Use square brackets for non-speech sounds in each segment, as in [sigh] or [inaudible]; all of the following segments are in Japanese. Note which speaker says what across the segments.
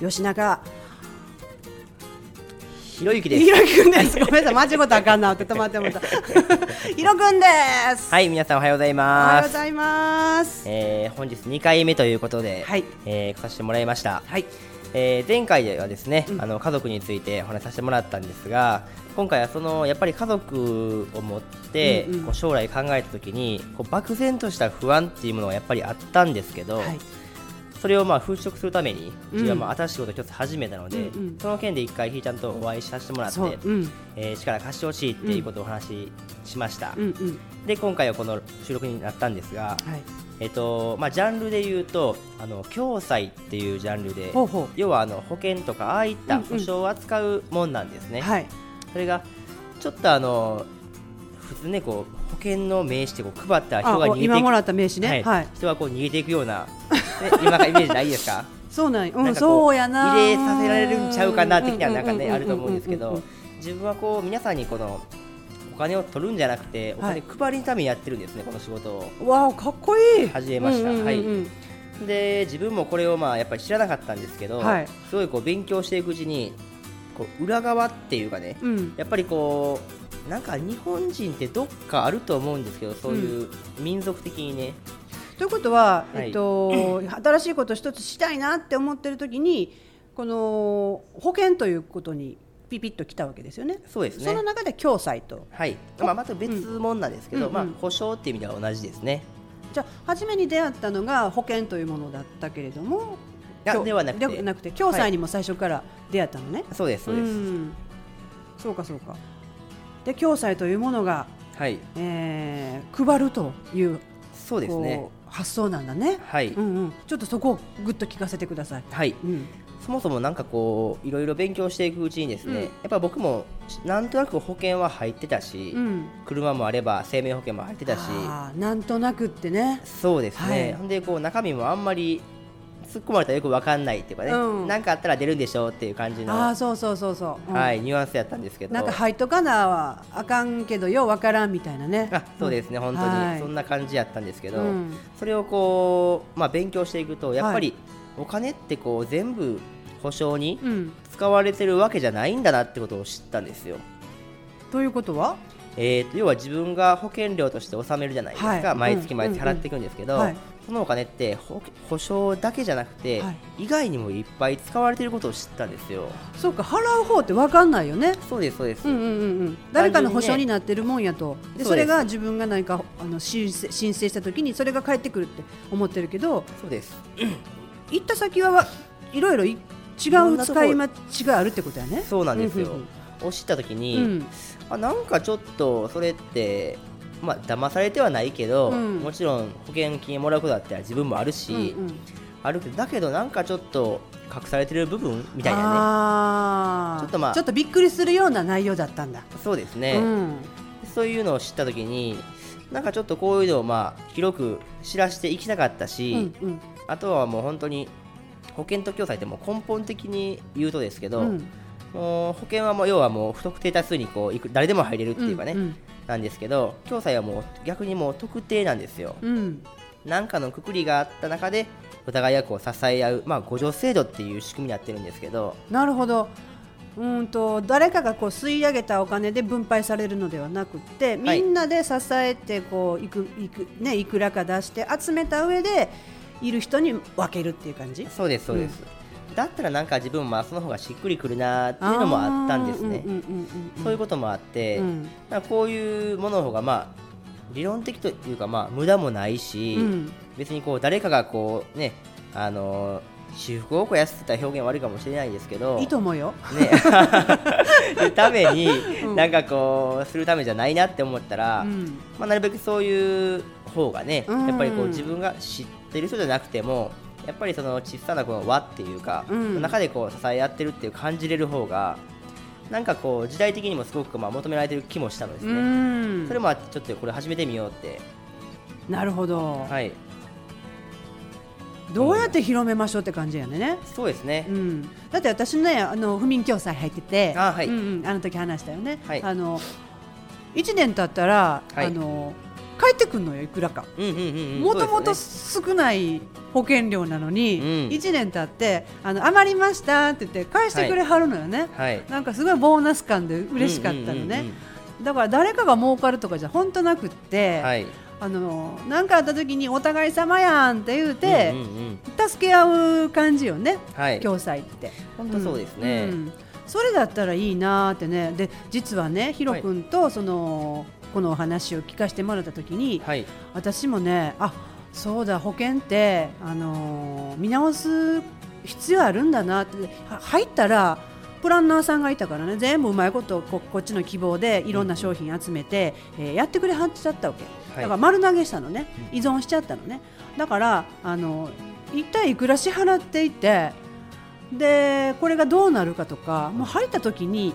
Speaker 1: 吉永
Speaker 2: ひろゆきです
Speaker 1: ひろゆきくんですごめんなさい間違ったらあかんなって止まって
Speaker 2: [laughs]
Speaker 1: もったひろくんです
Speaker 2: はい皆さんおはようござい
Speaker 1: おは
Speaker 2: ま
Speaker 1: ようご
Speaker 2: す
Speaker 1: ざいます
Speaker 2: えー本日2回目ということで、
Speaker 1: はい
Speaker 2: えー来させてもらいました、
Speaker 1: はい
Speaker 2: えー前回ではですね、あの家族についてお話しさせてもらったんですが今回はそのやっぱり家族を持って、
Speaker 1: うんうん
Speaker 2: こう将来考えた時にこう漠然とした不安っていうものがやっぱりあったんですけど、
Speaker 1: はい
Speaker 2: それをまあ払拭するために
Speaker 1: うん
Speaker 2: うちはまあ新しいことを一つ始めたので、
Speaker 1: うんうん
Speaker 2: その件で一回ひーちゃんとお会いさせてもらって、
Speaker 1: そううん
Speaker 2: えー力貸してほしいっていうことをお話ししました、
Speaker 1: うんうん
Speaker 2: で今回はこの収録になったんですが、
Speaker 1: はい
Speaker 2: えっとまあ、ジャンルで言うとあの共済っていうジャンルで
Speaker 1: ほうほ
Speaker 2: 要はあの保険とかああいった
Speaker 1: うんう
Speaker 2: 保
Speaker 1: ん
Speaker 2: 証を扱うもんなんですね、
Speaker 1: はい
Speaker 2: それがちょっとあの普通ねこう保険の名刺ってこう配ったら人が逃げていく
Speaker 1: 今もらった名刺ね
Speaker 2: は
Speaker 1: はい
Speaker 2: い、人がこう逃げていくような、ね、今がイメージないですか
Speaker 1: そうなんう
Speaker 2: なんんかこ
Speaker 1: そうや [laughs] な
Speaker 2: 入れさせられるんちゃうかな的ななんかね
Speaker 1: う
Speaker 2: あると思うんですけ
Speaker 1: う
Speaker 2: ど
Speaker 1: ん
Speaker 2: 自分はこう皆さんにこのお金を取るんじゃなくてお
Speaker 1: は
Speaker 2: 金
Speaker 1: い
Speaker 2: 配りのためにやってるんですね、この仕事を
Speaker 1: うんわあかっこいい
Speaker 2: 始めました
Speaker 1: うんうんうん
Speaker 2: はい
Speaker 1: うん
Speaker 2: で自分もこれをまあやっぱり知らなかったんですけど、
Speaker 1: はい
Speaker 2: すごいこう勉強していくうちにこう裏側っていうかね
Speaker 1: うん
Speaker 2: やっぱりこうなんか日本人ってどっかあると思うんですけどそういう民族的にね、
Speaker 1: ということは、
Speaker 2: はい
Speaker 1: えっと、新しいことを一つしたいなって思ってる時にこの保険ということにピピッときたわけですよね。
Speaker 2: そうです
Speaker 1: そ
Speaker 2: ね
Speaker 1: の中で共済と
Speaker 2: はい、まあ、また別物なんですけど、
Speaker 1: うん
Speaker 2: ま
Speaker 1: う
Speaker 2: あ
Speaker 1: んうん、
Speaker 2: 保証っていう意味では同じですね
Speaker 1: じゃあ初めに出会ったのが保険というものだったけれども
Speaker 2: いや
Speaker 1: 共
Speaker 2: ではなくて
Speaker 1: でなくて共済にも最初から出会ったのね。
Speaker 2: そうですそうです、
Speaker 1: んそうかそうか。で共済というものが、
Speaker 2: はい
Speaker 1: えー配るという
Speaker 2: そうですね
Speaker 1: こう発想なんだね。
Speaker 2: はい、
Speaker 1: うんうん、ちょっとそこをぐっと聞かせてください。
Speaker 2: はい
Speaker 1: うん、
Speaker 2: そもそもなんかこういろいろ勉強していくうちにですね、
Speaker 1: うん
Speaker 2: やっぱ僕もなんとなく保険は入ってたし、
Speaker 1: うん、
Speaker 2: 車もあれば生命保険も入ってたし
Speaker 1: あーなんとなくってね
Speaker 2: そうです
Speaker 1: はい
Speaker 2: ね、ほんでこう中身もあんまり突っ込まれたらよくわかんないっていうかね、
Speaker 1: うん
Speaker 2: なんかあったら出るんでしょうっていう感じの、
Speaker 1: ああそうそうそうそう、うん
Speaker 2: はい、ニュアンスやったんですけど
Speaker 1: なんか入っとかなはあかんけどようわからんみたいなね
Speaker 2: あそうですね、本当に、
Speaker 1: はい
Speaker 2: そんな感じやったんですけど、
Speaker 1: うん
Speaker 2: それをこう、まあ、勉強していくとやっぱりお金ってこう全部保証に
Speaker 1: うん、
Speaker 2: 使われてるわけじゃないんだなってことを知ったんですよ。
Speaker 1: ということは
Speaker 2: えーと要は自分が保険料として納めるじゃないですか、
Speaker 1: はい
Speaker 2: 毎
Speaker 1: う
Speaker 2: 月
Speaker 1: ん
Speaker 2: 毎月払っていくんですけ
Speaker 1: う
Speaker 2: ど、
Speaker 1: んうんはい
Speaker 2: そのお金って保保証だけじゃなくて、
Speaker 1: はい
Speaker 2: 以外にもいっぱい使われていることを知ったんですよ。
Speaker 1: そうか払う方ってわかんないよね
Speaker 2: そうですそうです、
Speaker 1: うんうんうんうん誰かの保証になってるもんやとで
Speaker 2: そうです
Speaker 1: それが自分が何かあの申請申請した時にそれが返ってくるって思ってるけど
Speaker 2: そうです
Speaker 1: 行った先はわいろいろい違
Speaker 2: ろん
Speaker 1: う
Speaker 2: なとこ
Speaker 1: 使い間違いあるってことやね
Speaker 2: そうなんですよ。
Speaker 1: うんうん
Speaker 2: を知った時に、
Speaker 1: うん
Speaker 2: あなんかちょっとそれってまあ騙されてはないけど、
Speaker 1: うん
Speaker 2: もちろん保険金もらうことだって自分もあるし、
Speaker 1: うんうん
Speaker 2: あるけどだけどなんかちょっと隠されてる部分みたいなね
Speaker 1: あー
Speaker 2: ちょっとまあ
Speaker 1: びっくりするような内容だったんだ、
Speaker 2: そうですね、
Speaker 1: うん、
Speaker 2: そういうのを知った時になんかちょっとこういうのをまあ広く知らせていきたかったし、
Speaker 1: うんうん
Speaker 2: あとはもう本当に保険と共済ってもう根本的に言うとですけど、
Speaker 1: うん
Speaker 2: もう保険はもう要はもう不特定多数にこういく誰でも入れるっていうかね、
Speaker 1: うん
Speaker 2: なんですけど共済はもう逆にもう特定なんですよ。
Speaker 1: うん
Speaker 2: なんかのくくりがあった中でお互い役を支え合う、まあ、互助制度っていう仕組みになってるんですけど
Speaker 1: なるほどうんと誰かがこう吸い上げたお金で分配されるのではなくって
Speaker 2: は
Speaker 1: み
Speaker 2: い
Speaker 1: んなで支えてこういくいく,、ね、いくらか出して集めた上でいる人に分けるっていう感じ
Speaker 2: そうですそうです、だったらなんか自分もその方がしっくりくるなーっていうのもあったんですね、
Speaker 1: あーうんうんうんうん
Speaker 2: そういうこともあって、
Speaker 1: うん
Speaker 2: なんかこういうものの方がまあ理論的というかまあ無駄もないし、
Speaker 1: うん
Speaker 2: 別にこう誰かがこうねあのー私服を肥やすって言ったら表現悪いかもしれないですけど
Speaker 1: いいと思うよ
Speaker 2: ね、 [laughs] でために、
Speaker 1: ん
Speaker 2: なんかこうするためじゃないなって思ったら、
Speaker 1: うん
Speaker 2: まあ、なるべくそういう方がね、
Speaker 1: うん
Speaker 2: やっぱりこう自分が知ってる人じゃなくてもやっぱりその小さなこの輪っていうか、
Speaker 1: うん
Speaker 2: 中でこう支え合ってるっていう感じれる方がなんかこう時代的にもすごくまあ求められてる気もしたのです
Speaker 1: う
Speaker 2: ね、
Speaker 1: ん
Speaker 2: それもあってちょっとこれ始めてみようって
Speaker 1: なるほど
Speaker 2: はい
Speaker 1: どうやって広めましょうって感じやね
Speaker 2: そうですね、
Speaker 1: うん、だって私ねあの不眠共済入ってて
Speaker 2: あはい
Speaker 1: うんうんあの時話したよね、
Speaker 2: はい
Speaker 1: あの1年経ったら、
Speaker 2: はい
Speaker 1: あの返ってくるのよいくらか。
Speaker 2: うんうんうんうん
Speaker 1: もとも
Speaker 2: そう
Speaker 1: と
Speaker 2: です
Speaker 1: 少ない保険料なのに、
Speaker 2: うん
Speaker 1: 1年経ってあの余りましたって言って返してくれはるのよね、
Speaker 2: よねはい
Speaker 1: なんかすごいボーナス感で嬉しかったのね、
Speaker 2: うんうんうん
Speaker 1: だから誰かが儲かるとかじゃ本当なくっ
Speaker 2: う
Speaker 1: て、
Speaker 2: んはい
Speaker 1: あのなんかあった時にお互い様やんって言うて、
Speaker 2: うんうんうん
Speaker 1: 助け合う感じよね
Speaker 2: はい
Speaker 1: 共済って
Speaker 2: 本当そうですね
Speaker 1: うんそれだったらいいなーってねで実はねヒロ君とその、このお話を聞かせてもらった時に、
Speaker 2: はい
Speaker 1: 私もねあそうだ保険って、あのー見直す必要あるんだなっては入ったらプランナーさんがいたからね全部うまいことここっちの希望でいろんな商品集めて、えーやってくれはっちゃったわけ、
Speaker 2: い
Speaker 1: だから丸投げしたのね
Speaker 2: う
Speaker 1: 依存しちゃったのねだから、あの一体いくら支払っていてでこれがどうなるかとかもう入った時に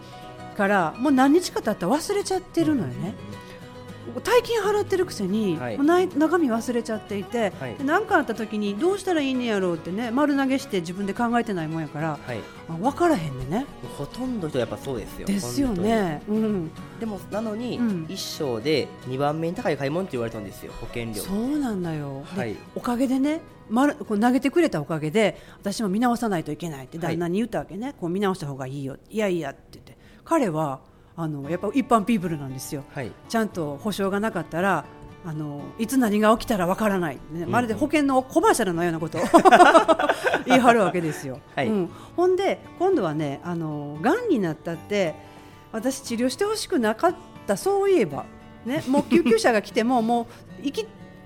Speaker 1: からもう何日か経ったら忘れちゃってるのよね。大金払ってるくせに、
Speaker 2: はい
Speaker 1: もうない中身忘れちゃっていて
Speaker 2: はい
Speaker 1: 何、かあった時にどうしたらいいんやろうってね丸投げして自分で考えてないもんやから、
Speaker 2: はい
Speaker 1: あ分からへんでね。
Speaker 2: ほとんどの人やっぱそうですよ
Speaker 1: ですよ
Speaker 2: 本当に
Speaker 1: ね。うん、
Speaker 2: でもなのに
Speaker 1: うん
Speaker 2: 一生で二番目に高い買い物って言われたんですよ保険料
Speaker 1: そうなんだよ、で
Speaker 2: はい
Speaker 1: おかげでね、丸こう投げてくれたおかげで私も見直さないといけないって旦那に言ったわけね、こう見直した方がいいよいやいやって言って彼はあのやっぱ一般ピープルなんですよ。
Speaker 2: はい
Speaker 1: ちゃんと保証がなかったらあのいつ何が起きたらわからない、ね、まるで保険のコマーシャルのようなことを [laughs] 言い張るわけですよ。
Speaker 2: はい
Speaker 1: うん、ほんで今度はねあのがんになったって私治療してほしくなかったそういえば、ね、もう救急車が来ても [laughs] もう生き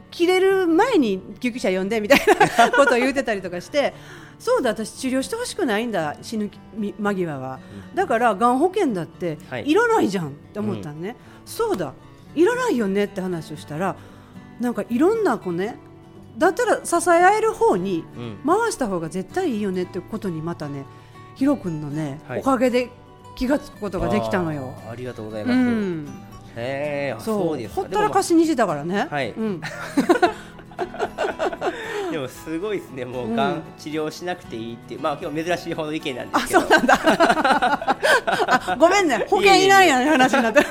Speaker 1: 切れる前に救急車呼んでみたい
Speaker 2: [laughs]
Speaker 1: なことを言ってたりとかしてそうだ私治療してほしくないんだ死ぬみ間際はだからがん保険だって
Speaker 2: はい
Speaker 1: いらないじゃんって思ったのね、そうだいらないよねって話をしたらなんかいろんな子ねだったら支え合える方に
Speaker 2: うん
Speaker 1: 回した方が絶対いいよねってことにまたねヒロ君のね、
Speaker 2: はい
Speaker 1: おかげで気がつくことができたのよ。
Speaker 2: あーありがとうございうます
Speaker 1: ん、
Speaker 2: へえ
Speaker 1: そう
Speaker 2: そうです
Speaker 1: ほったらか
Speaker 2: し
Speaker 1: しにしてたからね。
Speaker 2: はい
Speaker 1: うん、
Speaker 2: でもすごいですねも
Speaker 1: う
Speaker 2: うんがん治療しなくていいってまあ今日珍しいほどの意見なんで
Speaker 1: あ、
Speaker 2: すけど
Speaker 1: そうなんだ。あ、ごめ
Speaker 2: [laughs]
Speaker 1: んね、保険いないやん話になった。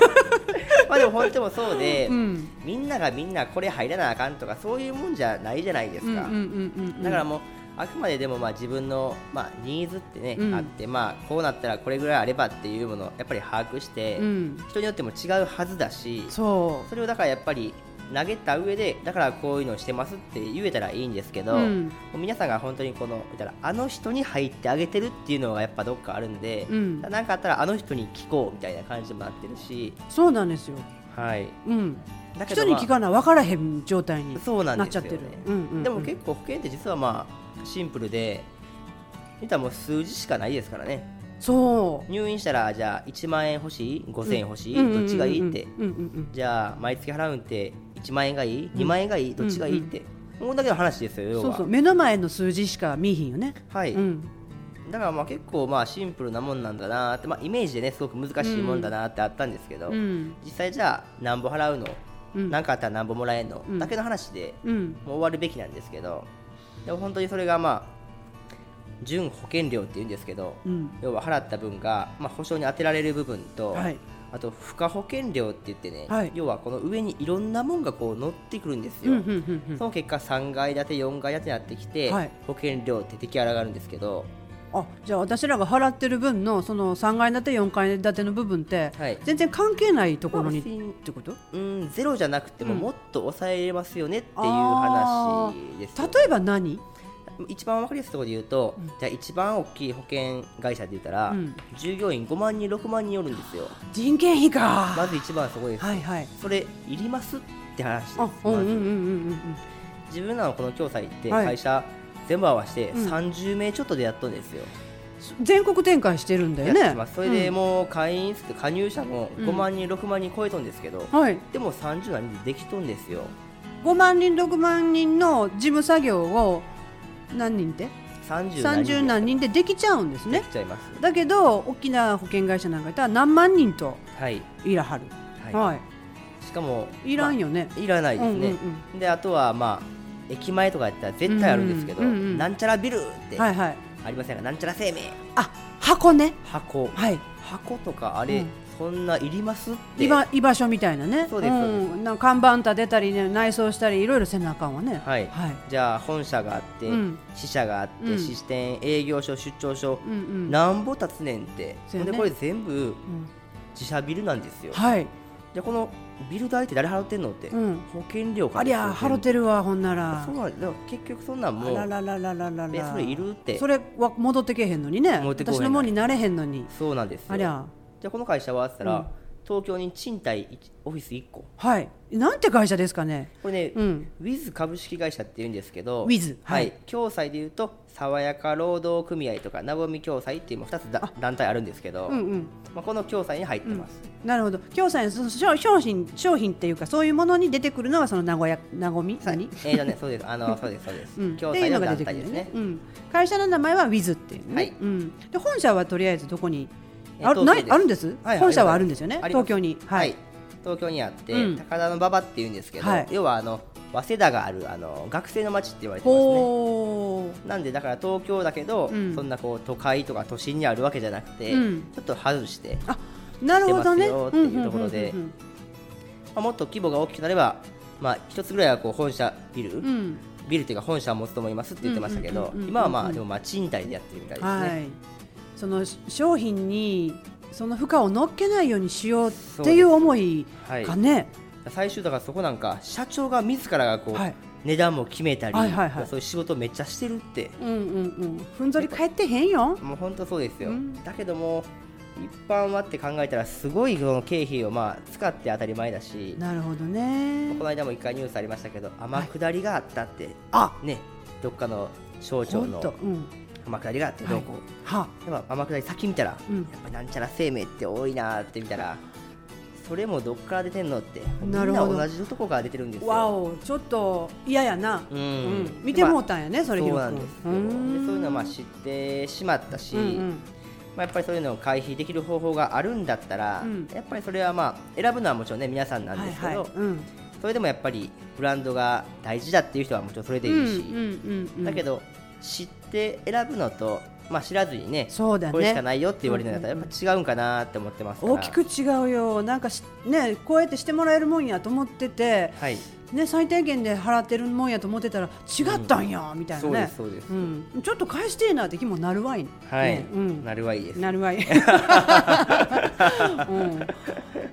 Speaker 2: まあでも本当もそうで
Speaker 1: [laughs] うん
Speaker 2: みんながみんなこれ入らなあかんとかそういうもんじゃないじゃないで
Speaker 1: う
Speaker 2: す
Speaker 1: んうん
Speaker 2: か
Speaker 1: うんうん。
Speaker 2: だからもうあくまででもまあ自分のまあニーズってね
Speaker 1: うん
Speaker 2: あってまあこうなったらこれぐらいあればっていうものをやっぱり把握して
Speaker 1: うん、
Speaker 2: 人によっても違うはずだし
Speaker 1: そう。
Speaker 2: それをだからやっぱり投げた上でだからこういうのをしてますって言えたらいいんですけど、
Speaker 1: うん
Speaker 2: もう皆さんが本当にこの言ったらあの人に入ってあげてるっていうのがやっぱどっかあるんで
Speaker 1: うん
Speaker 2: 何、なん、かあったらあの人に聞こうみたいな感じでもなってるし、
Speaker 1: そうなんですよ。
Speaker 2: はい、
Speaker 1: うん。
Speaker 2: だけ
Speaker 1: 人
Speaker 2: ど、
Speaker 1: に
Speaker 2: まあ
Speaker 1: 聞かな分からへん状態に
Speaker 2: そうなん
Speaker 1: なっ
Speaker 2: です
Speaker 1: ちゃっ
Speaker 2: よ、ね
Speaker 1: てる。うんうんうん
Speaker 2: でも結構保険って実はまあシンプルで見たらもう数字しかないですからね
Speaker 1: そ
Speaker 2: 入院したらじゃあ1万円欲しい5000円欲
Speaker 1: う。
Speaker 2: しい、
Speaker 1: うんうんうんうん
Speaker 2: どっちがいいって
Speaker 1: うんうん
Speaker 2: じゃあ毎月払うんって1万円がいい2万円がいいどっちがいいって、もうだけの話ですよ
Speaker 1: うん。
Speaker 2: 要
Speaker 1: そう
Speaker 2: は
Speaker 1: そう目の前の数字しか見えひんよね。
Speaker 2: はい、
Speaker 1: うん。
Speaker 2: だからまあ結構まあシンプルなもんなんだなって、まあ、イメージでねすごく難しいもんだなってあったんですけど、
Speaker 1: うん
Speaker 2: 実際じゃあ何ぼ払うの
Speaker 1: うん
Speaker 2: 何、かあったら何ぼもらえるの、
Speaker 1: うん
Speaker 2: だけの話で
Speaker 1: うん。
Speaker 2: もう終わるべきなんですけどでも本当にそれがまあ準保険料っていうんですけど、
Speaker 1: うん。
Speaker 2: 要は払った分が、まあ、保証に充てられる部分と、
Speaker 1: はい。
Speaker 2: あと付加保険料って言ってね、
Speaker 1: はい
Speaker 2: 要はこの上にいろんなもんがこう乗ってくるんです
Speaker 1: うんうん
Speaker 2: よ、
Speaker 1: うんうん
Speaker 2: その結果3階建て4階建てになってきて、
Speaker 1: はい
Speaker 2: 保険料って出来上がるんですけど
Speaker 1: あじゃあ私らが払ってる分のその3階建て4階建ての部分って
Speaker 2: はい
Speaker 1: 全然関係ないところにっ
Speaker 2: まあ別に
Speaker 1: てこと
Speaker 2: うんゼロじゃなくても
Speaker 1: うん
Speaker 2: もっと抑えれますよねっていう
Speaker 1: あ
Speaker 2: 話
Speaker 1: ー
Speaker 2: ですよ、
Speaker 1: 例えば何
Speaker 2: 一番分かりやすいところで言うと、
Speaker 1: うん
Speaker 2: じゃあ一番大きい保険会社で言ったら、
Speaker 1: うん
Speaker 2: 従業員5万人6万人おるんですよ
Speaker 1: 人件費か
Speaker 2: まず一番はそこです、
Speaker 1: はいはい
Speaker 2: それいりますって話です
Speaker 1: あうんうんうん
Speaker 2: ま
Speaker 1: う
Speaker 2: ず
Speaker 1: ん
Speaker 2: 自分らのこの共済って
Speaker 1: はい
Speaker 2: 会社全部合わせて
Speaker 1: うん
Speaker 2: 30名ちょっとでやっとんですよ、
Speaker 1: うん全国展開してるんだよ
Speaker 2: やって
Speaker 1: ね
Speaker 2: ますそれでもう会員数加入者も
Speaker 1: うん
Speaker 2: 5万人6万人超えとんですけど、
Speaker 1: うんはい
Speaker 2: でも30何人できとんですよ
Speaker 1: 5万人6万人の事務作業を何人って
Speaker 2: 30何人
Speaker 1: 30何人でできちゃうんです
Speaker 2: で
Speaker 1: ね
Speaker 2: きちゃいます、
Speaker 1: だけど大きな保険会社なんかいたら何万人と
Speaker 2: はい
Speaker 1: いらはる
Speaker 2: はい、
Speaker 1: は
Speaker 2: しかも
Speaker 1: いいらん
Speaker 2: よ、
Speaker 1: よね
Speaker 2: まあいらないですね、
Speaker 1: うんうん
Speaker 2: であとはまあ駅前とかやったら絶対あるんですけど、
Speaker 1: うんうんうんうん
Speaker 2: なんちゃらビルって
Speaker 1: はいはい
Speaker 2: ありませんか、なんちゃら生命
Speaker 1: あ箱ね
Speaker 2: 箱
Speaker 1: はい
Speaker 2: 箱とかあれ、
Speaker 1: うん
Speaker 2: こんないりますって
Speaker 1: 居場居場所みたいなね
Speaker 2: そうですそうです
Speaker 1: ん、なんか看板立てたり、ね、内装したりいろいろせなあかんわね
Speaker 2: はい
Speaker 1: はい
Speaker 2: じゃあ本社があって、
Speaker 1: うん
Speaker 2: 支社があって、
Speaker 1: うん
Speaker 2: 支店営業所出張所、
Speaker 1: うんうん
Speaker 2: なんぼ立つねんって、
Speaker 1: そう
Speaker 2: ほ
Speaker 1: や
Speaker 2: ん
Speaker 1: ね
Speaker 2: でこれ全部
Speaker 1: うん
Speaker 2: 自社ビルなんですよ、
Speaker 1: はい、
Speaker 2: じゃあこのビル代って誰払ってんのって、
Speaker 1: うん
Speaker 2: 保険料か
Speaker 1: あ
Speaker 2: らで
Speaker 1: り
Speaker 2: すよ
Speaker 1: ゃ
Speaker 2: 全
Speaker 1: 払
Speaker 2: 部
Speaker 1: ってるわほんなら
Speaker 2: そうなんだから結局そんなん
Speaker 1: あ
Speaker 2: もう
Speaker 1: らららららら
Speaker 2: え
Speaker 1: ら
Speaker 2: それいるって
Speaker 1: それは戻ってけへんのにね
Speaker 2: 戻ってこへん
Speaker 1: 私のもんになれへんのに
Speaker 2: そうなんですよ
Speaker 1: ありゃ
Speaker 2: じゃあこの会社はって言ったら、
Speaker 1: うん
Speaker 2: 東京に賃貸一オフィス1個
Speaker 1: はいなんて会社ですかね
Speaker 2: これね、
Speaker 1: うん
Speaker 2: ウィズ株式会社って言うんですけど
Speaker 1: Wiz は
Speaker 2: はいい共済でいうと爽やか労働組合とかなごみ共済っていう2つだ団体あるんですけど、
Speaker 1: うんうん
Speaker 2: まあ、この共済に入ってます、
Speaker 1: なるほど共産その商商品商品っていうかそういうものに出てくるのがその名古屋名古み何
Speaker 2: [laughs] えーとね、そうですあのそうですそうです、
Speaker 1: うん、
Speaker 2: 共
Speaker 1: ってい
Speaker 2: 済
Speaker 1: う
Speaker 2: の
Speaker 1: が
Speaker 2: 団
Speaker 1: 出て
Speaker 2: 体
Speaker 1: く
Speaker 2: で
Speaker 1: る
Speaker 2: すね、
Speaker 1: うん、会社の名前は Wiz っていうね、
Speaker 2: はい
Speaker 1: うん、で本社はとりあえずどこに
Speaker 2: え
Speaker 1: あ
Speaker 2: 東京
Speaker 1: な
Speaker 2: で
Speaker 1: い
Speaker 2: す
Speaker 1: あるんです、
Speaker 2: はい
Speaker 1: 本社はあ
Speaker 2: あ
Speaker 1: る
Speaker 2: り
Speaker 1: ん
Speaker 2: ま
Speaker 1: で
Speaker 2: す
Speaker 1: すよね
Speaker 2: あります
Speaker 1: 東京に
Speaker 2: は
Speaker 1: はい
Speaker 2: い、東京にあって、
Speaker 1: うん
Speaker 2: 高田の馬場っていうんですけど、
Speaker 1: はい
Speaker 2: 要はあの早稲田があるあの学生の街って言われてますね
Speaker 1: ほう
Speaker 2: なんでだから東京だけど、
Speaker 1: うん
Speaker 2: そんなこう都会とか都心にあるわけじゃなくて、
Speaker 1: うん
Speaker 2: ちょっと外して、ま
Speaker 1: あなるほどね
Speaker 2: 出ますよっていうところで
Speaker 1: うんうん
Speaker 2: あ、もっと規模が大きくなれば、まあ、一つぐらいはこう本社ビル、
Speaker 1: うんうんうん
Speaker 2: ビルっていうか本社を持つと思いますって言ってましたけ
Speaker 1: うんうん
Speaker 2: ど
Speaker 1: うんうんうん
Speaker 2: 今はまあでもまあ賃貸でやってるみたいですね、
Speaker 1: はい、その商品にその負荷を乗っけないようにしようっていう思いがね、
Speaker 2: 最終だからそこなんか社長が自らがこう、
Speaker 1: はい
Speaker 2: 値段も決めたり、
Speaker 1: はいはいはい
Speaker 2: そういう仕事をめっちゃしてるって
Speaker 1: うんうんうん、ふんぞり返ってへんよ。
Speaker 2: もう本当そうですよ、
Speaker 1: うん
Speaker 2: だけども一般はって考えたらすごいその経費をまあ使って当たり前だし
Speaker 1: なるほどね
Speaker 2: こ。の間も一回ニュースありましたけど天下りがあったって、
Speaker 1: あ、
Speaker 2: ねどっかの省庁
Speaker 1: 本
Speaker 2: の
Speaker 1: 当、うん、
Speaker 2: 天下りがあってどうこう、
Speaker 1: は、
Speaker 2: でも天下り先見たら、
Speaker 1: うん
Speaker 2: やっぱなんちゃら生命って多いなーって見たらそれもどっから出てんのってみん
Speaker 1: な
Speaker 2: な
Speaker 1: るほど
Speaker 2: 同じとこから出てるんですよ
Speaker 1: わお、ちょっと嫌やな。
Speaker 2: うん
Speaker 1: 見てもうたんやね、それ
Speaker 2: そう
Speaker 1: ひろ
Speaker 2: なん
Speaker 1: 君
Speaker 2: ですよでそういうのはまあ知ってしまったし、
Speaker 1: うんうん
Speaker 2: まあ、やっぱりそういうのを回避できる方法があるんだったら、
Speaker 1: うん
Speaker 2: やっぱりそれはまあ選ぶのはもちろんね皆さんなん
Speaker 1: はい
Speaker 2: ですけど、
Speaker 1: はい、うん、
Speaker 2: それでもやっぱりブランドが大事だっていう人はもちろんそれでいいし、
Speaker 1: うんうんうん、
Speaker 2: だけ
Speaker 1: ど、
Speaker 2: ど知って選ぶのと、まあ、知らずにね
Speaker 1: そうだね
Speaker 2: これしかないよって言われるのだったらやっぱ違うんかなって思ってますから
Speaker 1: 大きく違うよ、なんかしね、こうやってしてもらえるもんやと思ってて、
Speaker 2: はい
Speaker 1: ね、最低限で払ってるもんやと思ってたら違ったんや、みたいな
Speaker 2: そうで
Speaker 1: ね
Speaker 2: すそうです、
Speaker 1: うん、ちょっと返してえなって気もなるわいね、
Speaker 2: はい、
Speaker 1: ねうん、
Speaker 2: なるわいいです
Speaker 1: なる
Speaker 2: [laughs]
Speaker 1: わい、うん、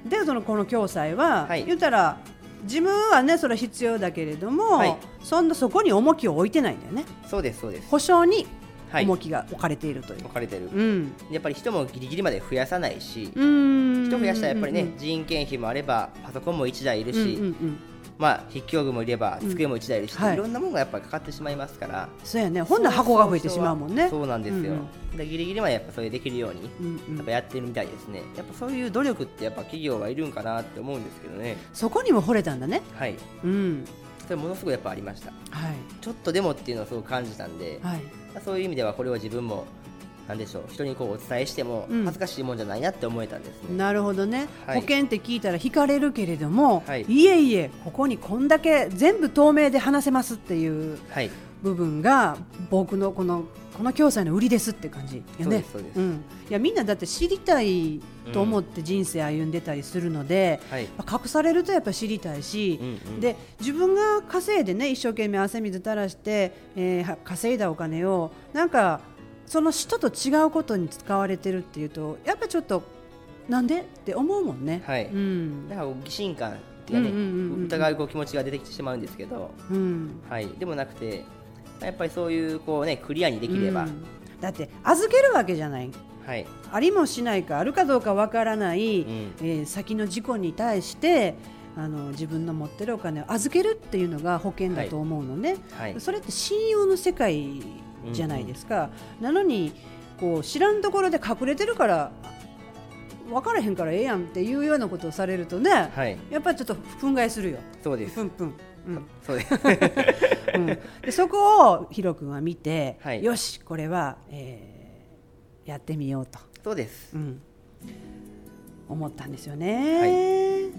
Speaker 1: でそのこの共済は、
Speaker 2: はい
Speaker 1: 言ったら自分はねそれは必要だけれども、
Speaker 2: はい
Speaker 1: そんなそこに重きを置いてないんだよね
Speaker 2: そうですそうです
Speaker 1: 保証に
Speaker 2: はい
Speaker 1: 重きが置かれているという、
Speaker 2: 分かれてる、
Speaker 1: うん
Speaker 2: やっぱり人もギリギリまで増やさないし、
Speaker 1: うん
Speaker 2: 人増やしたらやっぱりね、人件費もあればパソコンも1台いる
Speaker 1: うんうん
Speaker 2: し、
Speaker 1: うんうん
Speaker 2: まあ筆記用具もいれば
Speaker 1: うん
Speaker 2: 机も1台いるし、
Speaker 1: はい
Speaker 2: い、ろんなものがやっぱりかかってしまいますから
Speaker 1: そうやねほんなら箱が増えてしまうもんね
Speaker 2: そうなんですよ、
Speaker 1: うん
Speaker 2: でギリギリまでやっぱそれできるように、
Speaker 1: うんう
Speaker 2: やっ
Speaker 1: ん
Speaker 2: ぱやってるみたいですねやっぱそういう努力ってやっぱ企業はいるんかなって思うんですけどね
Speaker 1: そこにも惚れたんだね
Speaker 2: はい
Speaker 1: うん
Speaker 2: それものすごいやっぱありました
Speaker 1: はい
Speaker 2: ちょっとでもっていうのをすごく感じたんで、
Speaker 1: はい
Speaker 2: そういう意味ではこれを自分もなんでしょう人にこうお伝えしても
Speaker 1: うん
Speaker 2: 恥ずかしいもんじゃないなって思えたんですね、
Speaker 1: なるほどね、
Speaker 2: はい
Speaker 1: 保険って聞いたら引かれるけれども、、
Speaker 2: はいい
Speaker 1: えいえここにこんだけ全部透明で話せますっていう
Speaker 2: はい
Speaker 1: 部分が僕のこのこの共済の売りですって感じやね
Speaker 2: そうですそうです
Speaker 1: ん、いやみんなだって知りたいと思って人生歩んでたりするので、
Speaker 2: はい
Speaker 1: やっぱ隠されるとやっぱ知りたいし、
Speaker 2: うんうん
Speaker 1: で自分が稼いでね一生懸命汗水垂らして、えーは稼いだお金をなんかその人と違うことに使われてるっていうとやっぱちょっとなんでって思うもんね。
Speaker 2: はい
Speaker 1: うん
Speaker 2: なんかこう疑心感っていうかね、
Speaker 1: うんうんうんうん
Speaker 2: 疑うこう気持ちが出てきてしまうんですけど、
Speaker 1: うん
Speaker 2: はい、でもなくて、やっぱりそういうこう、ね、クリアにできれば、
Speaker 1: うんだって預けるわけじゃない
Speaker 2: はい、
Speaker 1: ありもしないかあるかどうかわからない、
Speaker 2: うん
Speaker 1: えー先の事故に対してあの自分の持ってるお金を預けるっていうのが保険だと思うのね、
Speaker 2: はい、
Speaker 1: それって信用の世界じゃないですか、なのにこう知らんところで隠れてるから分からへんからええやんっていうようなことをされるとね、
Speaker 2: はい、
Speaker 1: やっぱりちょっと憤慨する
Speaker 2: [laughs]
Speaker 1: よ。
Speaker 2: そうです
Speaker 1: ふ。んふんうん
Speaker 2: そうです [laughs]
Speaker 1: うんでそこをヒロ君は見て、
Speaker 2: はい
Speaker 1: よしこれは、えーやってみようと、
Speaker 2: そうです
Speaker 1: うん、思ったんですよね。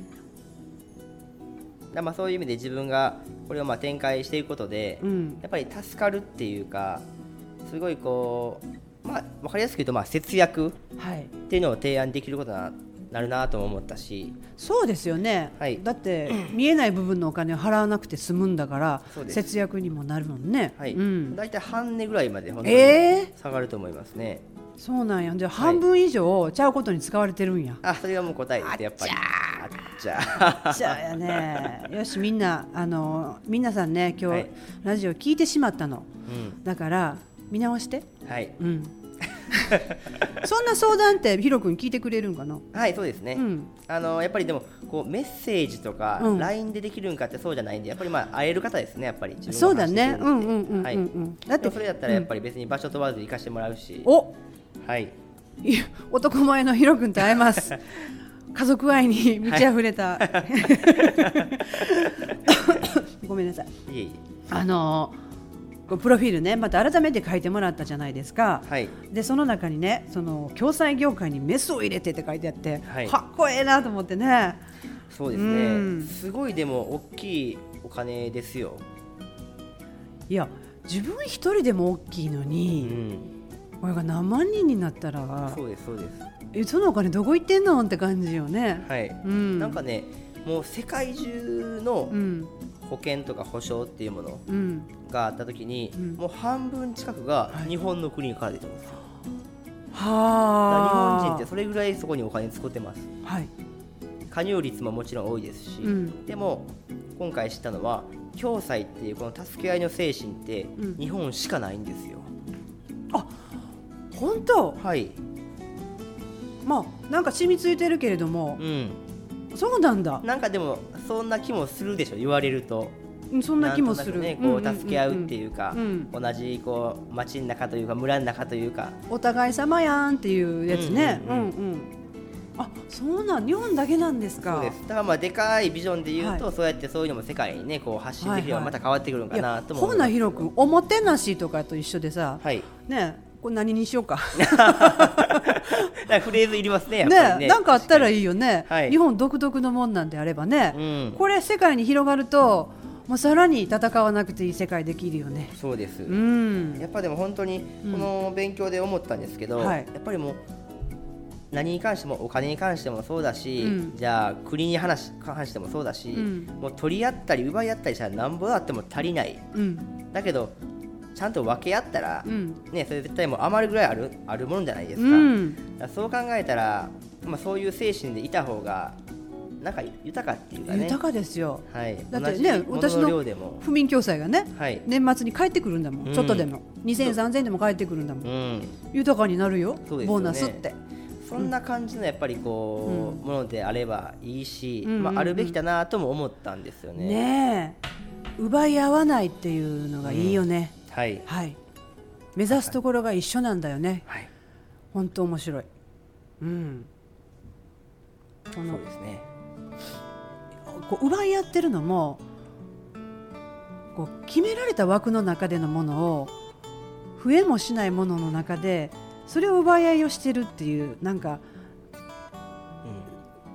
Speaker 2: だまあそういう意味で自分がこれをまあ展開していくことで、
Speaker 1: うん
Speaker 2: やっぱり助かるっていうかすごいこう、まあ、分かりやすく言うとまあ節約
Speaker 1: はい
Speaker 2: っていうのを提案できることななるなとも思ったし、
Speaker 1: そうですよね、
Speaker 2: はい
Speaker 1: だって見えない部分のお金を払わなくて済むんだから
Speaker 2: そうです
Speaker 1: 節約にもなるもんね、
Speaker 2: はい
Speaker 1: うん、
Speaker 2: 大体半値ぐらいまで本当に
Speaker 1: え
Speaker 2: 下がると思いますね。
Speaker 1: そうなんやじゃあ半分以上ちゃうことに使われてる
Speaker 2: [laughs]
Speaker 1: んや、
Speaker 2: あそれがもう答えってやっぱり。あっちゃー
Speaker 1: じゃあやねよしみんなあの皆さんね今日、
Speaker 2: はい
Speaker 1: ラジオ聞いてしまったの
Speaker 2: う
Speaker 1: だから見直して
Speaker 2: んはい
Speaker 1: うん
Speaker 2: [laughs]
Speaker 1: そんな相談ってヒロ君聞いてくれるんかな
Speaker 2: はいそうですね、
Speaker 1: うん
Speaker 2: あのやっぱりでもこうメッセージとか
Speaker 1: うん
Speaker 2: LINE でできるんかってそうじゃないんでやっぱりまあ会える方ですねやっぱり自
Speaker 1: そう
Speaker 2: 分が
Speaker 1: だ
Speaker 2: 発
Speaker 1: ねう
Speaker 2: 信する
Speaker 1: ん
Speaker 2: って
Speaker 1: うんうんうんうんだ
Speaker 2: は
Speaker 1: っ
Speaker 2: い、で
Speaker 1: て
Speaker 2: もそれだったらやっぱり別に場所問わず行かしてもらうし、
Speaker 1: お
Speaker 2: はい
Speaker 1: い男前のヒロ君と会えます
Speaker 2: [laughs]
Speaker 1: 家族愛に満ち溢れた、 [laughs] ごめんなさい
Speaker 2: いえい
Speaker 1: あのこうプロフィールねまた改めて書いてもらったじゃないですか
Speaker 2: え、はい
Speaker 1: でその中にねその共済業界にメスを入れてって書いてあって、
Speaker 2: はい
Speaker 1: かっこええなと思ってね
Speaker 2: そうです
Speaker 1: うん
Speaker 2: ねすごいでも大きいお金ですよ、
Speaker 1: いや自分一人でも大きいの
Speaker 2: う
Speaker 1: に、
Speaker 2: ん、
Speaker 1: これが何万人になったら
Speaker 2: そうですそうです
Speaker 1: えそのお金どこ行ってんのって感じよね。
Speaker 2: はい、
Speaker 1: うん、
Speaker 2: なんかねもう世界中の
Speaker 1: うん
Speaker 2: 保険とか保証っていうもの
Speaker 1: うん
Speaker 2: があった時に、
Speaker 1: うん
Speaker 2: もう半分近くが日本の国から出てます、だから日
Speaker 1: はあ
Speaker 2: 本人ってそれぐらいそこにお金作ってます
Speaker 1: はい
Speaker 2: 加入率ももちろん多いですし、
Speaker 1: うん
Speaker 2: でも今回知ったのは共済っていうこの助け合いの精神って
Speaker 1: うん
Speaker 2: 日本しかないんですよ、
Speaker 1: 本当
Speaker 2: はい、
Speaker 1: まあなんか染みついてるけれども
Speaker 2: う、ん、
Speaker 1: そうなんだ
Speaker 2: なんかでもそんな気もするでしょ言われると
Speaker 1: うんそんな気もする
Speaker 2: んとなくねこ
Speaker 1: ん
Speaker 2: う助け合うって
Speaker 1: うん
Speaker 2: いうか、
Speaker 1: ん
Speaker 2: 同じこう町の中というか村の中というか
Speaker 1: お互い様やんっていうやつねう
Speaker 2: うんん
Speaker 1: う、
Speaker 2: うんん
Speaker 1: あそうなん日本だけなんですか
Speaker 2: そうですだからまあでかいビジョンで言うと、
Speaker 1: は
Speaker 2: そうやってそういうのも世界にねこう発信できれ
Speaker 1: はい
Speaker 2: ば
Speaker 1: はい
Speaker 2: また変わってくるのか
Speaker 1: い
Speaker 2: な
Speaker 1: や
Speaker 2: とも思
Speaker 1: ほ
Speaker 2: い
Speaker 1: な
Speaker 2: ます
Speaker 1: ひろくんおもてなしとかと一緒でさ、
Speaker 2: はい、 [laughs]
Speaker 1: ねこれ何にしようか
Speaker 2: だからフレーズいりますねやっぱり
Speaker 1: ね
Speaker 2: ね
Speaker 1: なんかあったらいいよね、
Speaker 2: はい
Speaker 1: 日本独特のもんなんであればね、
Speaker 2: うん
Speaker 1: これ世界に広がるともうさらに戦わなくていい世界できるよね
Speaker 2: そうです、
Speaker 1: うん
Speaker 2: やっぱでも本当に
Speaker 1: うん
Speaker 2: この勉強で思ったんですけど、
Speaker 1: はい
Speaker 2: やっぱりもう何に関してもお金に関してもそうだし、
Speaker 1: うん
Speaker 2: じゃあ国に話し関してもそうだし、
Speaker 1: うん
Speaker 2: もう取り合ったり奪い合ったりしたらなんぼあっても足りない
Speaker 1: うん
Speaker 2: だけどちゃんと分け合ったら、
Speaker 1: うん
Speaker 2: ね、それ絶対もう余るぐらいあるあるものじゃないです
Speaker 1: う
Speaker 2: か,、
Speaker 1: ん
Speaker 2: そう考えたら、まあ、そういう精神でいた方がなんか豊かっていうかね
Speaker 1: 豊かですよ
Speaker 2: はい、
Speaker 1: だって
Speaker 2: 同じ
Speaker 1: ね
Speaker 2: も
Speaker 1: 私
Speaker 2: の
Speaker 1: の
Speaker 2: の量でも、
Speaker 1: 不眠共済がね
Speaker 2: はい
Speaker 1: 年末に帰ってくるんだもん、
Speaker 2: うん
Speaker 1: ちょっとでも2000円3000円でも帰ってくるんだもん、
Speaker 2: うん、
Speaker 1: 豊かになるよ
Speaker 2: そうですよね
Speaker 1: ボーナスって
Speaker 2: そんな感じのやっぱりこう、ものであればいいし、
Speaker 1: うんうんうん
Speaker 2: まあ、あるべきだなとも思ったんですよね。
Speaker 1: ねえ奪い合わないっていうのがいいよね、
Speaker 2: はい、
Speaker 1: はい目指すところが一緒なんだよね
Speaker 2: はい、
Speaker 1: 本当面白いうんこ
Speaker 2: そ
Speaker 1: の
Speaker 2: うですね。
Speaker 1: こう奪い合ってるのもこう決められた枠の中でのものを増えもしないものの中でそれを奪い合いをしてるっていうなんか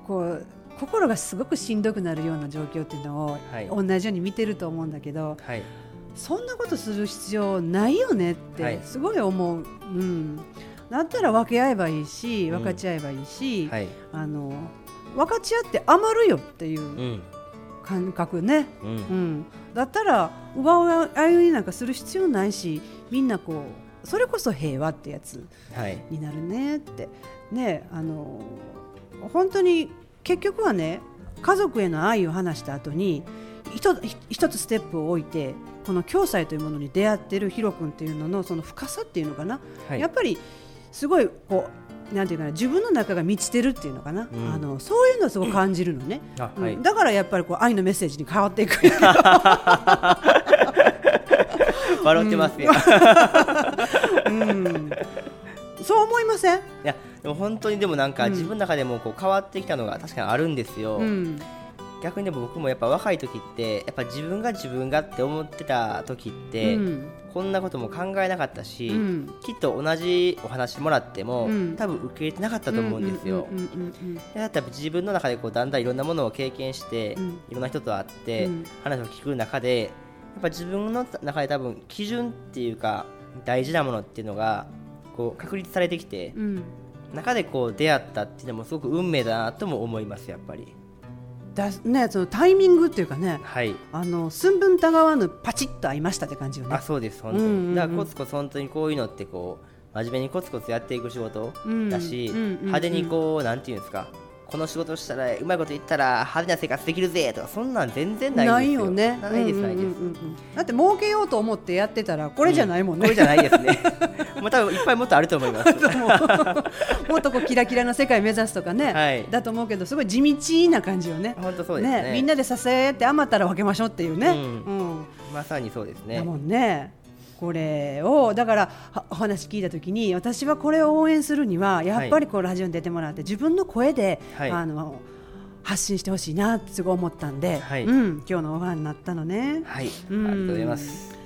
Speaker 1: こう心がすごくしんどくなるような状況っていうのを、
Speaker 2: はい
Speaker 1: 同じように見てると思うんだけど
Speaker 2: はい、
Speaker 1: そんなことする必要ないよねって、
Speaker 2: はい
Speaker 1: すごい思う、うん、だったら分け合えばいいし
Speaker 2: うん
Speaker 1: 分かち合えばいいし、
Speaker 2: はい、、
Speaker 1: あの分かち合って余るよっていううん感覚ね、
Speaker 2: う、
Speaker 1: うんん、だったら奪い合いになんかする必要ないしみんなこうそれこそ平和ってやつ
Speaker 2: はい、
Speaker 1: になるねってねあの本当に結局はね家族への愛を話した後に一つ一つステップを置いてこの共済というものに出会ってるヒロ君っていうののその深さっていうのかな、
Speaker 2: はい、
Speaker 1: やっぱりすごいこうなんていうかな自分の中が満ちてるっていうのかな、
Speaker 2: うん
Speaker 1: あのそういうのをすごい感じるのね、
Speaker 2: あ、は
Speaker 1: う
Speaker 2: い
Speaker 1: ん、だからやっぱりこう愛のメッセージに変わっていく
Speaker 2: 笑ってますよ。い
Speaker 1: うんそう思いません、
Speaker 2: や、でも本当にでもなん
Speaker 1: う
Speaker 2: か
Speaker 1: ん
Speaker 2: 自分の中でもこう変わってきたのが確かにあるんですよ。
Speaker 1: うん
Speaker 2: 逆にでも僕もやっぱ若い時って、やっぱ自分が自分がって思ってた時って、
Speaker 1: うん
Speaker 2: こんなことも考えなかったし。
Speaker 1: うん
Speaker 2: きっと同じお話もらっても、
Speaker 1: うん
Speaker 2: 多分受け入れてなかったと思うんですよ
Speaker 1: う。んうんうんうんうん
Speaker 2: でだって自分の中でこうだんだんいろんなものを経験して、
Speaker 1: うん
Speaker 2: いろんな人と会って、
Speaker 1: うん
Speaker 2: 話を聞く中でやっぱ自分の中で多分基準っていうか大事なものっていうのがこう確立されてきて、
Speaker 1: うん
Speaker 2: 中でこう出会ったっていうのもすごく運命だなとも思いますやっぱり
Speaker 1: だねそのタイミングっていうかね
Speaker 2: はい
Speaker 1: あの寸分たがわぬパチッと合いましたって感じよね
Speaker 2: あそうです本当に、
Speaker 1: うんうんうん
Speaker 2: だからコツコツ本当にこういうのってこう真面目にコツコツやっていく仕事
Speaker 1: うん
Speaker 2: だし、
Speaker 1: うんうんうん
Speaker 2: 派手にこうなんていうんですかこの仕事したらうまいこと言ったら派手な生活できるぜとかそんなん全然ないん
Speaker 1: な
Speaker 2: で
Speaker 1: い
Speaker 2: すよ
Speaker 1: よね
Speaker 2: ないですないです、
Speaker 1: うんうんうんうんだって儲けようと思ってやってたらこれじゃないもん
Speaker 2: こ
Speaker 1: ね、
Speaker 2: れじゃないですね [laughs] もう多分いっぱいもっとあると思
Speaker 1: [laughs]
Speaker 2: います
Speaker 1: もっとこうキラキラな世界目指すとかね、
Speaker 2: [laughs] はい
Speaker 1: だと思うけどすごい地道な感じよね
Speaker 2: 本当そうですね
Speaker 1: みんなで支え合って余ったら分けましょうっていうね、
Speaker 2: う
Speaker 1: うん
Speaker 2: まさにそうですね
Speaker 1: だもんねこれをだからはお話聞いた時に私はこれを応援するにはやっぱりこうラジオに出てもらって自分の声で、
Speaker 2: はい
Speaker 1: あの発信してほしいなってすごい思ったんで、
Speaker 2: はい
Speaker 1: うん、今日のオファーになったのね。
Speaker 2: はいあり
Speaker 1: うん
Speaker 2: がとうございます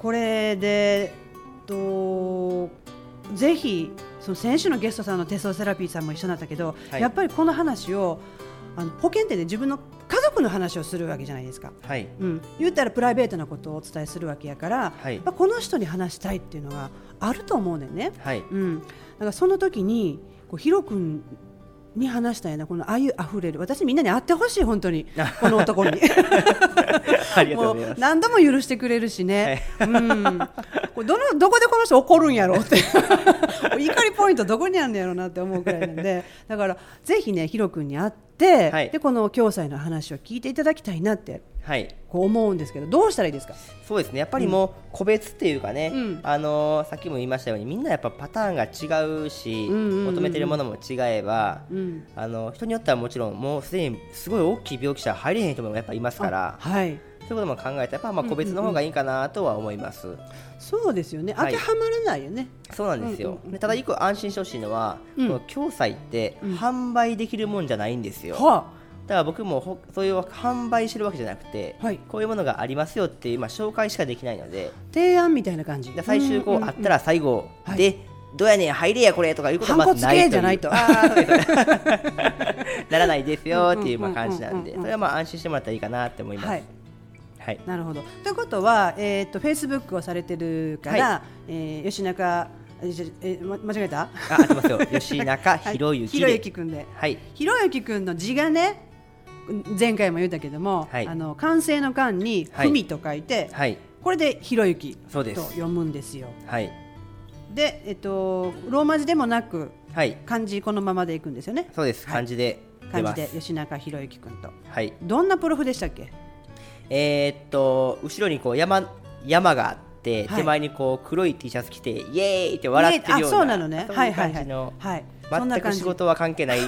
Speaker 1: これでえっとぜひその先週のゲストさんのテソセラピーさんも一緒だったけど、
Speaker 2: はい
Speaker 1: やっぱりこの話をあの保険ってね自分の家族の話をするわけじゃないですか。
Speaker 2: はい
Speaker 1: うん、言ったらプライベートなことをお伝えするわけやから、
Speaker 2: はい
Speaker 1: やっぱこの人に話したいっていうのがあると思うねんね。
Speaker 2: はい
Speaker 1: うん、だからその時にこうヒロ君に話したいなこのあゆあふれる私みんなに会ってほしい本当
Speaker 2: [laughs]
Speaker 1: にこの男に。
Speaker 2: ありがと
Speaker 1: も
Speaker 2: うございま
Speaker 1: う
Speaker 2: す
Speaker 1: 何度も許してくれるしね、うん、これどのどこでこの人怒るんやろうって [laughs] 怒りポイントどこにあるんのやろうなって思うくらいなんでだからぜひねヒロ君に会って、
Speaker 2: はい
Speaker 1: でこの共済の話を聞いていただきたいなって
Speaker 2: はい
Speaker 1: こう思うんですけどどうしたらいいですか
Speaker 2: そうですねやっぱりもう個別っていうかね、
Speaker 1: うん
Speaker 2: あのーさっきも言いましたようにみんなやっぱパターンが違うし、
Speaker 1: うんうんうんうん
Speaker 2: 求めてるものも違えば、
Speaker 1: うん
Speaker 2: あの人によってはもちろんもうすでにすごい大きい病気者は入れへん人もやっぱいますから
Speaker 1: はい
Speaker 2: そういうことも考えたらやっぱまあ個別の方がいいかなとは思います、
Speaker 1: そうですよね当
Speaker 2: はい
Speaker 1: てはまらないよね、
Speaker 2: そうなんですよ
Speaker 1: うん、うんうん
Speaker 2: でただ一個安心してほしいのは、
Speaker 1: うん
Speaker 2: この共済って
Speaker 1: うん
Speaker 2: 販売できるもんじゃないんですよ、だか
Speaker 1: は
Speaker 2: ら僕もほそういう販売してるわけじゃなくて、
Speaker 1: はい
Speaker 2: こういうものがありますよっていう、まあ、紹介しかできないので
Speaker 1: あ提案みたいな感じ
Speaker 2: で最終こう、あったら最後
Speaker 1: はい
Speaker 2: で、どうやねん入れやこれとかいうことはまずない
Speaker 1: 反骨系じゃないと
Speaker 2: あーそうです [laughs] ならないですよっていうまあ
Speaker 1: うんうんうんうん
Speaker 2: 感じなんでそれはまあ安心してもらったらいいかなって思います
Speaker 1: はい
Speaker 2: はい、
Speaker 1: なるほど。ということは、えーっとフェイスブックをされてるから、えー吉中えじゃえま間違えた？
Speaker 2: あ合ってますよ吉中
Speaker 1: はい
Speaker 2: 博之
Speaker 1: ひろゆきくんで。
Speaker 2: はい
Speaker 1: ひろゆきくんの字がね、前回も言ったけども、
Speaker 2: はい
Speaker 1: あの完成の間に
Speaker 2: はい
Speaker 1: 文と書いて、
Speaker 2: はい
Speaker 1: これでひろゆき
Speaker 2: そ
Speaker 1: と
Speaker 2: うです
Speaker 1: 読むんですよ。
Speaker 2: はい
Speaker 1: で、えっとローマ字でもなく
Speaker 2: はい
Speaker 1: 漢字このままでいくんですよね。
Speaker 2: そうです
Speaker 1: はい
Speaker 2: 漢字で出
Speaker 1: 漢
Speaker 2: ま
Speaker 1: 字です吉中ひろゆきくんと。
Speaker 2: はい
Speaker 1: どんなプロフでしたっけ？
Speaker 2: えーっと後ろにこう山山があって
Speaker 1: はい
Speaker 2: 手前にこう黒い T シャツ着てイエーイって笑ってるような
Speaker 1: あ、そうなのね。
Speaker 2: そう
Speaker 1: はいいうはい
Speaker 2: 感
Speaker 1: は
Speaker 2: じ
Speaker 1: い。
Speaker 2: の
Speaker 1: はい。そんな
Speaker 2: 全
Speaker 1: 感
Speaker 2: く
Speaker 1: じ
Speaker 2: 仕事は関
Speaker 1: [laughs]
Speaker 2: 係ない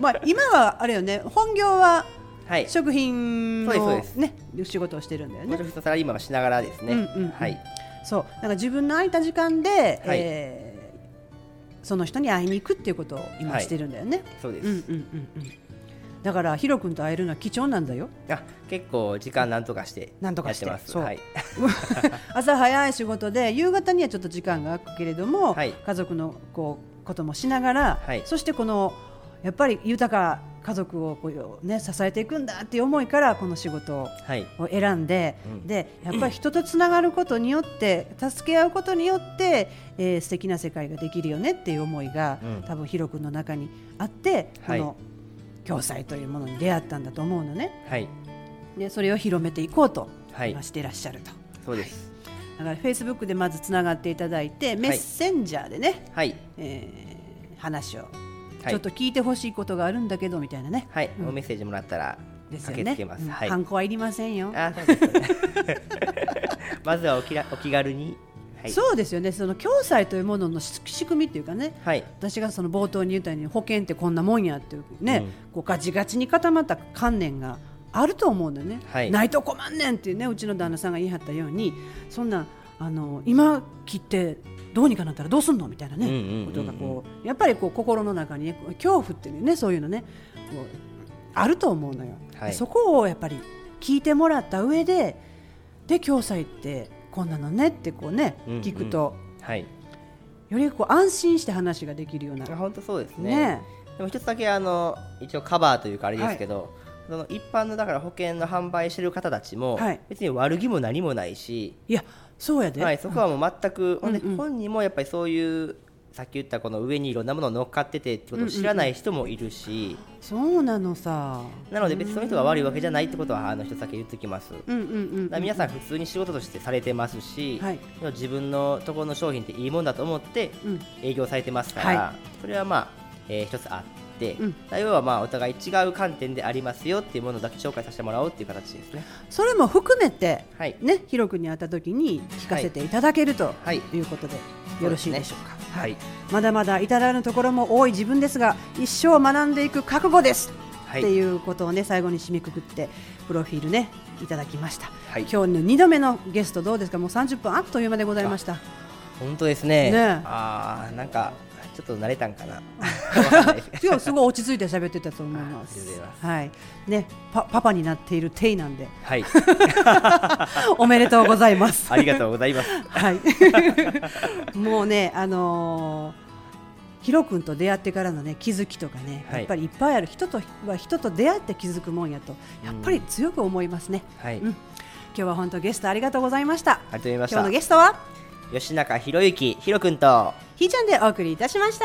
Speaker 1: まあ、今はあれよね本業は
Speaker 2: はい
Speaker 1: 食品の、
Speaker 2: そうです
Speaker 1: ね、仕事をしてるんだよ
Speaker 2: もう
Speaker 1: ね
Speaker 2: ちょ。っとサラリーマンはしながらですね、
Speaker 1: うんうんうん
Speaker 2: はい、
Speaker 1: そうなんか自分の空いた時間で、えーその人に会いに行くっていうことを今
Speaker 2: はい
Speaker 1: してるんだよね。
Speaker 2: そうです、
Speaker 1: うんうんうんうんだからヒロ君と会えるのは貴重なんだよ。
Speaker 2: あ結構時間なんとかして
Speaker 1: な
Speaker 2: や
Speaker 1: んとか
Speaker 2: っ
Speaker 1: して
Speaker 2: てます
Speaker 1: そう
Speaker 2: はい、
Speaker 1: [laughs] 朝早い仕事で夕方にはちょっと時間が空くけれども、
Speaker 2: はい
Speaker 1: 家族のこうこともしながら、
Speaker 2: はい
Speaker 1: そしてこのやっぱり豊か家族をこう、ね、支えていくんだっていう思いからこの仕事を
Speaker 2: はい、
Speaker 1: を選んで、
Speaker 2: うん
Speaker 1: でやっぱり人とつながることによって助け合うことによって、えー、素敵な世界ができるよねっていう思いが、
Speaker 2: うん
Speaker 1: 多分ヒロ君の中にあって、
Speaker 2: はい
Speaker 1: この共済というものに出会ったんだと思うのね
Speaker 2: はい、
Speaker 1: でそれを広めていこうと、
Speaker 2: はい
Speaker 1: 今していらっしゃると
Speaker 2: そうです
Speaker 1: だからフェイスブックでまずつながっていただいてメッセンジャーでね、
Speaker 2: はい
Speaker 1: えー話を、
Speaker 2: はい
Speaker 1: ちょっと聞いてほしいことがあるんだけどみたいなね。
Speaker 2: はい、
Speaker 1: うん
Speaker 2: おメッセージもらったら
Speaker 1: ですよ
Speaker 2: 駆け
Speaker 1: ね
Speaker 2: つけます、
Speaker 1: うん
Speaker 2: はい
Speaker 1: ハンコはいりませんよ。
Speaker 2: あそうですね [laughs] まずはおきらお気軽にはい
Speaker 1: そうですよね。その共済というものの仕仕組みっていうかね、
Speaker 2: はい
Speaker 1: 私がその冒頭に言ったように保険ってこんなもんやっていうね、
Speaker 2: うん
Speaker 1: こうガチガチに固まった観念があると思うんだよね、
Speaker 2: はい
Speaker 1: ないと困んねんっていうねうちの旦那さんが言い張ったようにそんなあの今切ってどうにかなったらどうすんのみたいなね、
Speaker 2: うんうんうんうん
Speaker 1: ことがこうやっぱりこう心の中に、ね、こう恐怖っていうねそういうのねこうあると思うのよ、
Speaker 2: はい
Speaker 1: そこをやっぱり聞いてもらった上でで共済ってこんなのねってこうね、
Speaker 2: うんうん
Speaker 1: 聞くと
Speaker 2: はい
Speaker 1: よりこう安心して話ができるような
Speaker 2: あ本当そうですね
Speaker 1: ね
Speaker 2: でも一つだけあの一応カバーというかあれですけど、その一般のだから保険の販売してる方たちも
Speaker 1: はい
Speaker 2: 別に悪気も何もないし、
Speaker 1: いやそうやで、
Speaker 2: はい、そこはもう全く、ほんで
Speaker 1: うんうん
Speaker 2: 本人もやっぱりそういうさっき言ったこの上にいろんなもの乗っかっててってことを知らない人もいるし、
Speaker 1: そうなのさ
Speaker 2: なので別にその人が悪いわけじゃないってことはあの人だけ言ってきます、
Speaker 1: うんうんうんうん
Speaker 2: だから皆さん普通に仕事としてされてますし、
Speaker 1: はい
Speaker 2: 自分のところの商品っていいもんだと思って
Speaker 1: うん
Speaker 2: 営業されてますから、
Speaker 1: は
Speaker 2: それはまあ、えー一つあって、
Speaker 1: うん
Speaker 2: だから要はまあお互い違う観点でありますよっていうものだけ紹介させてもらおうっていう形ですね
Speaker 1: それも含めて
Speaker 2: はい
Speaker 1: ねヒロ君に会った時に聞かせていただけると
Speaker 2: はい
Speaker 1: いうことで、よろしいでしょうか
Speaker 2: はい
Speaker 1: まだまだ至らぬところも多い自分ですが一生学んでいく覚悟です、
Speaker 2: はい
Speaker 1: っていうことをね最後に締めくくってプロフィールねいただきました、
Speaker 2: はい
Speaker 1: 今日の2度目のゲストどうですかもう30分あっという間でございました
Speaker 2: 本当ですね
Speaker 1: ね
Speaker 2: あーなんかちょっと慣れたんかなわかんないです
Speaker 1: 今日すごい落ち着いて喋ってたと思いま
Speaker 2: [laughs] ありがとう
Speaker 1: す
Speaker 2: ございま
Speaker 1: はいねパパパになっているテイなんで
Speaker 2: [laughs] [laughs] はい
Speaker 1: [laughs] おめでとうございます
Speaker 2: ありがとうございます
Speaker 1: はい、 [laughs] もうね、あのーヒロ君と出会ってからの、ね、気づきとかね、
Speaker 2: はい
Speaker 1: やっぱりいっぱいある人とは人と出会って気づくもんやとやっぱり強く思いますね、
Speaker 2: はい、
Speaker 1: うん今日は本当ゲストありがとうございました
Speaker 2: ありがとうございました
Speaker 1: 今日のゲストは
Speaker 2: 吉中博之ひろくんと
Speaker 1: ひーちゃんでお送りいたしました